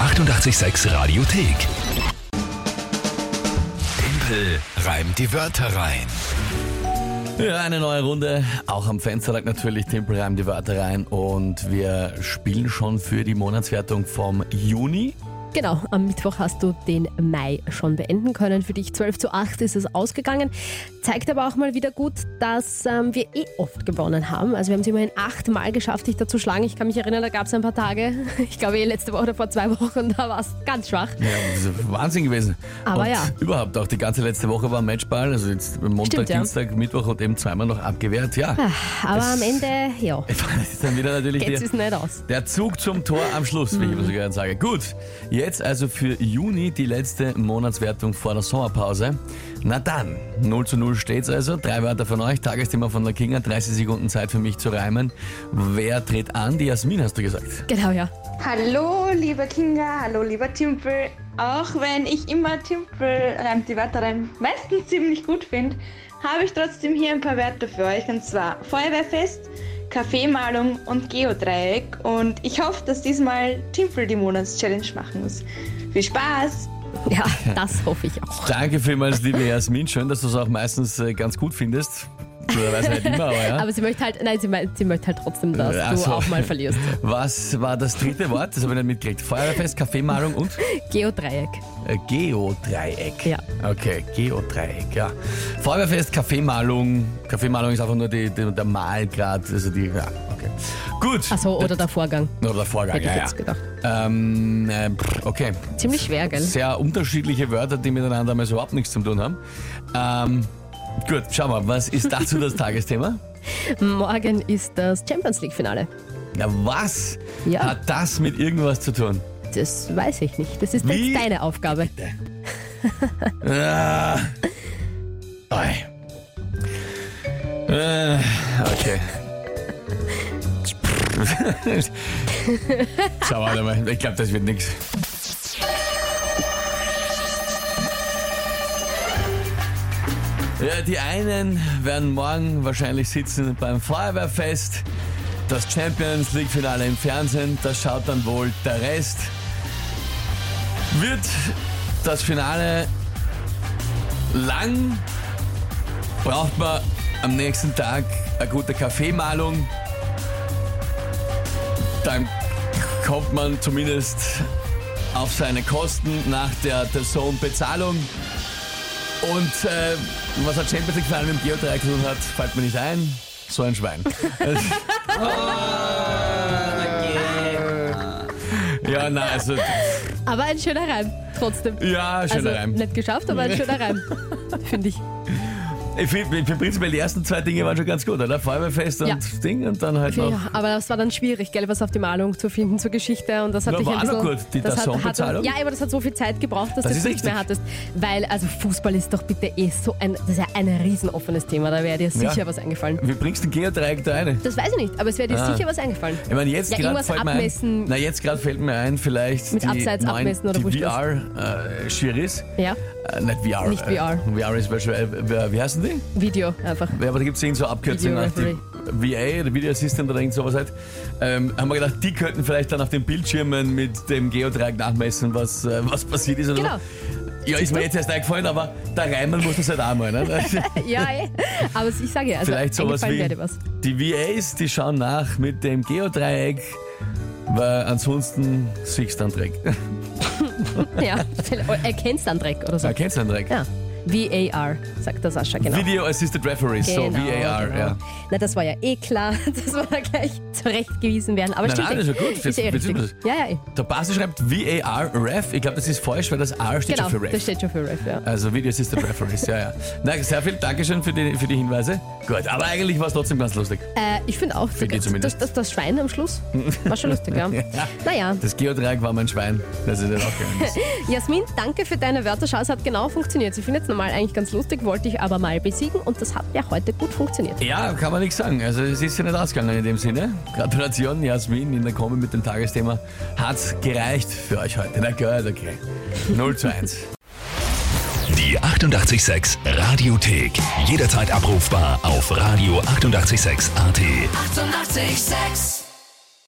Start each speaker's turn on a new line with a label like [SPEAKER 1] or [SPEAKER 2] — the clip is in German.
[SPEAKER 1] 886 Radiothek. Tempel reimt die Wörter rein.
[SPEAKER 2] Ja, eine neue Runde, auch am Fensterlag natürlich, Tempelheim die Wörter rein und wir spielen schon für die Monatswertung vom Juni.
[SPEAKER 3] Genau, am Mittwoch hast du den Mai schon beenden können. Für dich 12 zu 8 ist es ausgegangen. Zeigt aber auch mal wieder gut, dass ähm, wir eh oft gewonnen haben. Also wir haben es immerhin achtmal geschafft, dich dazu schlagen. Ich kann mich erinnern, da gab es ein paar Tage, ich glaube eh letzte Woche oder vor zwei Wochen, da war es ganz schwach.
[SPEAKER 2] Ja, das ist Wahnsinn gewesen.
[SPEAKER 3] Aber
[SPEAKER 2] und
[SPEAKER 3] ja.
[SPEAKER 2] Überhaupt auch die ganze letzte Woche war Matchball, also jetzt Montag,
[SPEAKER 3] Stimmt, ja.
[SPEAKER 2] Dienstag, Mittwoch und eben zweimal noch abgewehrt. Ja,
[SPEAKER 3] Ah, Aber
[SPEAKER 2] Es-
[SPEAKER 3] am Ende, ja,
[SPEAKER 2] Ich meine, das ist dann wieder natürlich
[SPEAKER 3] geht
[SPEAKER 2] der,
[SPEAKER 3] es nicht aus.
[SPEAKER 2] der Zug zum Tor am Schluss, wie ich immer so gerne sage. Gut, jetzt also für Juni die letzte Monatswertung vor der Sommerpause. Na dann, 0 zu 0 steht's also. Drei Wörter von euch, Tagesthema von der Kinga, 30 Sekunden Zeit für mich zu reimen. Wer tritt an? Die Jasmin hast du gesagt.
[SPEAKER 3] Genau, ja.
[SPEAKER 4] Hallo, lieber Kinga, hallo, lieber Timpel. Auch wenn ich immer Timpel reimt die Wörter rein meistens ziemlich gut finde, habe ich trotzdem hier ein paar Wörter für euch und zwar Feuerwehrfest, Kaffeemalung und Geodreieck. Und ich hoffe, dass diesmal Timpel die Monatschallenge machen muss. Viel Spaß!
[SPEAKER 3] Ja, das hoffe ich auch.
[SPEAKER 2] Danke vielmals, liebe Jasmin. Schön, dass du es auch meistens äh, ganz gut findest. Oder weiß nicht immer, aber ja.
[SPEAKER 3] Aber sie möchte halt, nein, sie, meint- sie möchte halt trotzdem, dass
[SPEAKER 2] Ach
[SPEAKER 3] du
[SPEAKER 2] so.
[SPEAKER 3] auch mal verlierst.
[SPEAKER 2] Was war das dritte Wort? Das habe ich nicht mitgekriegt. Feuerwehrfest, Kaffeemalung und?
[SPEAKER 3] Geodreieck.
[SPEAKER 2] Äh, Geodreieck.
[SPEAKER 3] Ja.
[SPEAKER 2] Okay, Geodreieck, ja. Feuerwehrfest, Kaffeemalung. Kaffeemalung ist einfach nur die, die, der Malgrad, also die, ja, okay. Gut.
[SPEAKER 3] Achso, oder der Vorgang.
[SPEAKER 2] Oder der Vorgang,
[SPEAKER 3] Hätte
[SPEAKER 2] ja,
[SPEAKER 3] ich
[SPEAKER 2] ja.
[SPEAKER 3] jetzt gedacht.
[SPEAKER 2] Ähm, äh, pff, okay.
[SPEAKER 3] Ziemlich schwer, gell?
[SPEAKER 2] Sehr unterschiedliche Wörter, die miteinander mal so überhaupt nichts zu tun haben. Ähm, gut, schau mal, was ist dazu das Tagesthema?
[SPEAKER 3] Morgen ist das Champions League-Finale.
[SPEAKER 2] Na, was
[SPEAKER 3] Ja.
[SPEAKER 2] hat das mit irgendwas zu tun?
[SPEAKER 3] Das weiß ich nicht. Das ist
[SPEAKER 2] Wie?
[SPEAKER 3] jetzt deine Aufgabe.
[SPEAKER 2] Ah. Ei. Äh, okay. Schau mal, mal. ich glaube, das wird nichts. Ja, die einen werden morgen wahrscheinlich sitzen beim Feuerwehrfest. Das Champions League Finale im Fernsehen, das schaut dann wohl der Rest. Wird das Finale lang? Braucht man am nächsten Tag eine gute Kaffeemalung? Dann kommt man zumindest auf seine Kosten nach der Zone-Bezahlung. Und äh, was hat Champions League Final mit dem Geodreieck zu tun hat, fällt mir nicht ein. So ein Schwein. ja, na, also,
[SPEAKER 3] Aber ein schöner Reim, trotzdem.
[SPEAKER 2] ja, schöner
[SPEAKER 3] also,
[SPEAKER 2] Reim.
[SPEAKER 3] Nicht geschafft, aber ein schöner Reim. Finde ich.
[SPEAKER 2] Ich finde find prinzipiell die ersten zwei Dinge waren schon ganz gut, oder? Feuerwehrfest und
[SPEAKER 3] Ja.
[SPEAKER 2] Ding und dann halt noch.
[SPEAKER 3] Ja, aber das war dann schwierig, gell, was auf die Malung zu finden zur Geschichte. Und das hat
[SPEAKER 2] Na,
[SPEAKER 3] dich
[SPEAKER 2] war
[SPEAKER 3] ein
[SPEAKER 2] noch
[SPEAKER 3] bisschen,
[SPEAKER 2] gut, die
[SPEAKER 3] das hat, hat,
[SPEAKER 2] Dazon-Bezahlung.
[SPEAKER 3] Ja, aber das hat so viel Zeit gebraucht, dass
[SPEAKER 2] Das
[SPEAKER 3] du
[SPEAKER 2] ist
[SPEAKER 3] es nicht mehr hattest. Weil, also Fußball ist doch bitte eh so ein, das ist ja ein riesenoffenes Thema. Da wäre dir sicher
[SPEAKER 2] Ja.
[SPEAKER 3] was eingefallen.
[SPEAKER 2] Wie bringst du den Geodreieck da rein?
[SPEAKER 3] Das weiß ich nicht, aber es wäre dir
[SPEAKER 2] Ah.
[SPEAKER 3] sicher was eingefallen.
[SPEAKER 2] Ich meine, jetzt
[SPEAKER 3] Ja,
[SPEAKER 2] gerade
[SPEAKER 3] irgendwas
[SPEAKER 2] fällt mir ein.
[SPEAKER 3] abmessen.
[SPEAKER 2] Na, jetzt gerade fällt mir ein, vielleicht
[SPEAKER 3] Mit
[SPEAKER 2] die
[SPEAKER 3] Abseits
[SPEAKER 2] neuen,
[SPEAKER 3] abmessen oder
[SPEAKER 2] die
[SPEAKER 3] wurscht was.
[SPEAKER 2] VR-Schiris.
[SPEAKER 3] Ja,
[SPEAKER 2] äh, nicht VR.
[SPEAKER 3] Nicht
[SPEAKER 2] Äh,
[SPEAKER 3] VR.
[SPEAKER 2] VR ist beispielsweise, äh, wie heißen die?
[SPEAKER 3] Video einfach.
[SPEAKER 2] Ja, aber da gibt es irgend so Abkürzungen nach die VA oder Video Assistant oder irgend sowas halt. Ähm, haben wir gedacht, die könnten vielleicht dann auf den Bildschirmen mit dem Geodreieck nachmessen, was, äh, was passiert ist. Oder
[SPEAKER 3] Genau.
[SPEAKER 2] So. Ja, ist mir jetzt erst eingefallen, aber der Reimann muss das halt auch mal. Ne?
[SPEAKER 3] Ja, eh. aber ich sage ja, also
[SPEAKER 2] Vielleicht sowas
[SPEAKER 3] eingefallen
[SPEAKER 2] wie
[SPEAKER 3] wäre dir was.
[SPEAKER 2] die VAs, die schauen nach mit dem Geodreieck, weil ansonsten siehst du einen Dreck.
[SPEAKER 3] Ja, Oh, erkennst dann Dreck oder so.
[SPEAKER 2] Erkennst du einen Dreck?
[SPEAKER 3] Ja. VAR, sagt der Sascha, genau.
[SPEAKER 2] Video Assisted Referees,
[SPEAKER 3] genau,
[SPEAKER 2] so VAR,
[SPEAKER 3] genau.
[SPEAKER 2] ja.
[SPEAKER 3] Na, das war ja eh klar, dass wir da gleich zurechtgewiesen werden. Aber
[SPEAKER 2] Nein,
[SPEAKER 3] stimmt.
[SPEAKER 2] nein,
[SPEAKER 3] eh.
[SPEAKER 2] ist ja gut. Jetzt-
[SPEAKER 3] Ist eh
[SPEAKER 2] jetzt
[SPEAKER 3] richtig.
[SPEAKER 2] wissen
[SPEAKER 3] Ja, ja, eh.
[SPEAKER 2] Der Basti schreibt VAR Ref. Ich glaube, das ist falsch, weil das R steht
[SPEAKER 3] genau.
[SPEAKER 2] schon für Ref.
[SPEAKER 3] Das steht schon für Ref, ja.
[SPEAKER 2] Also Video Assistant Referees, ja, ja. Na, sehr viel Dankeschön für die, für die Hinweise. Gut, aber eigentlich war es trotzdem ganz lustig.
[SPEAKER 3] Äh, ich finde auch,
[SPEAKER 2] die zumindest.
[SPEAKER 3] das, das, das Schwein am Schluss war schon lustig, ja. Naja,
[SPEAKER 2] Das Geodreieck war mein Schwein. Das ist nicht aufgegangen.
[SPEAKER 3] Jasmin, danke für deine Wörter. Schau, es hat genau funktioniert. Ich finde jetzt normal eigentlich ganz lustig, wollte ich aber mal besiegen und das hat ja heute gut funktioniert.
[SPEAKER 2] Ja, kann man nichts sagen. Also es ist ja nicht ausgegangen in dem Sinne. Gratulation, Jasmin, in der Kombi mit dem Tagesthema. Hat's gereicht für euch heute. Na gut, okay. 0 zu 1.
[SPEAKER 1] Die 886 Radiothek. Jederzeit abrufbar auf radio886.at. 886!
[SPEAKER 5] 886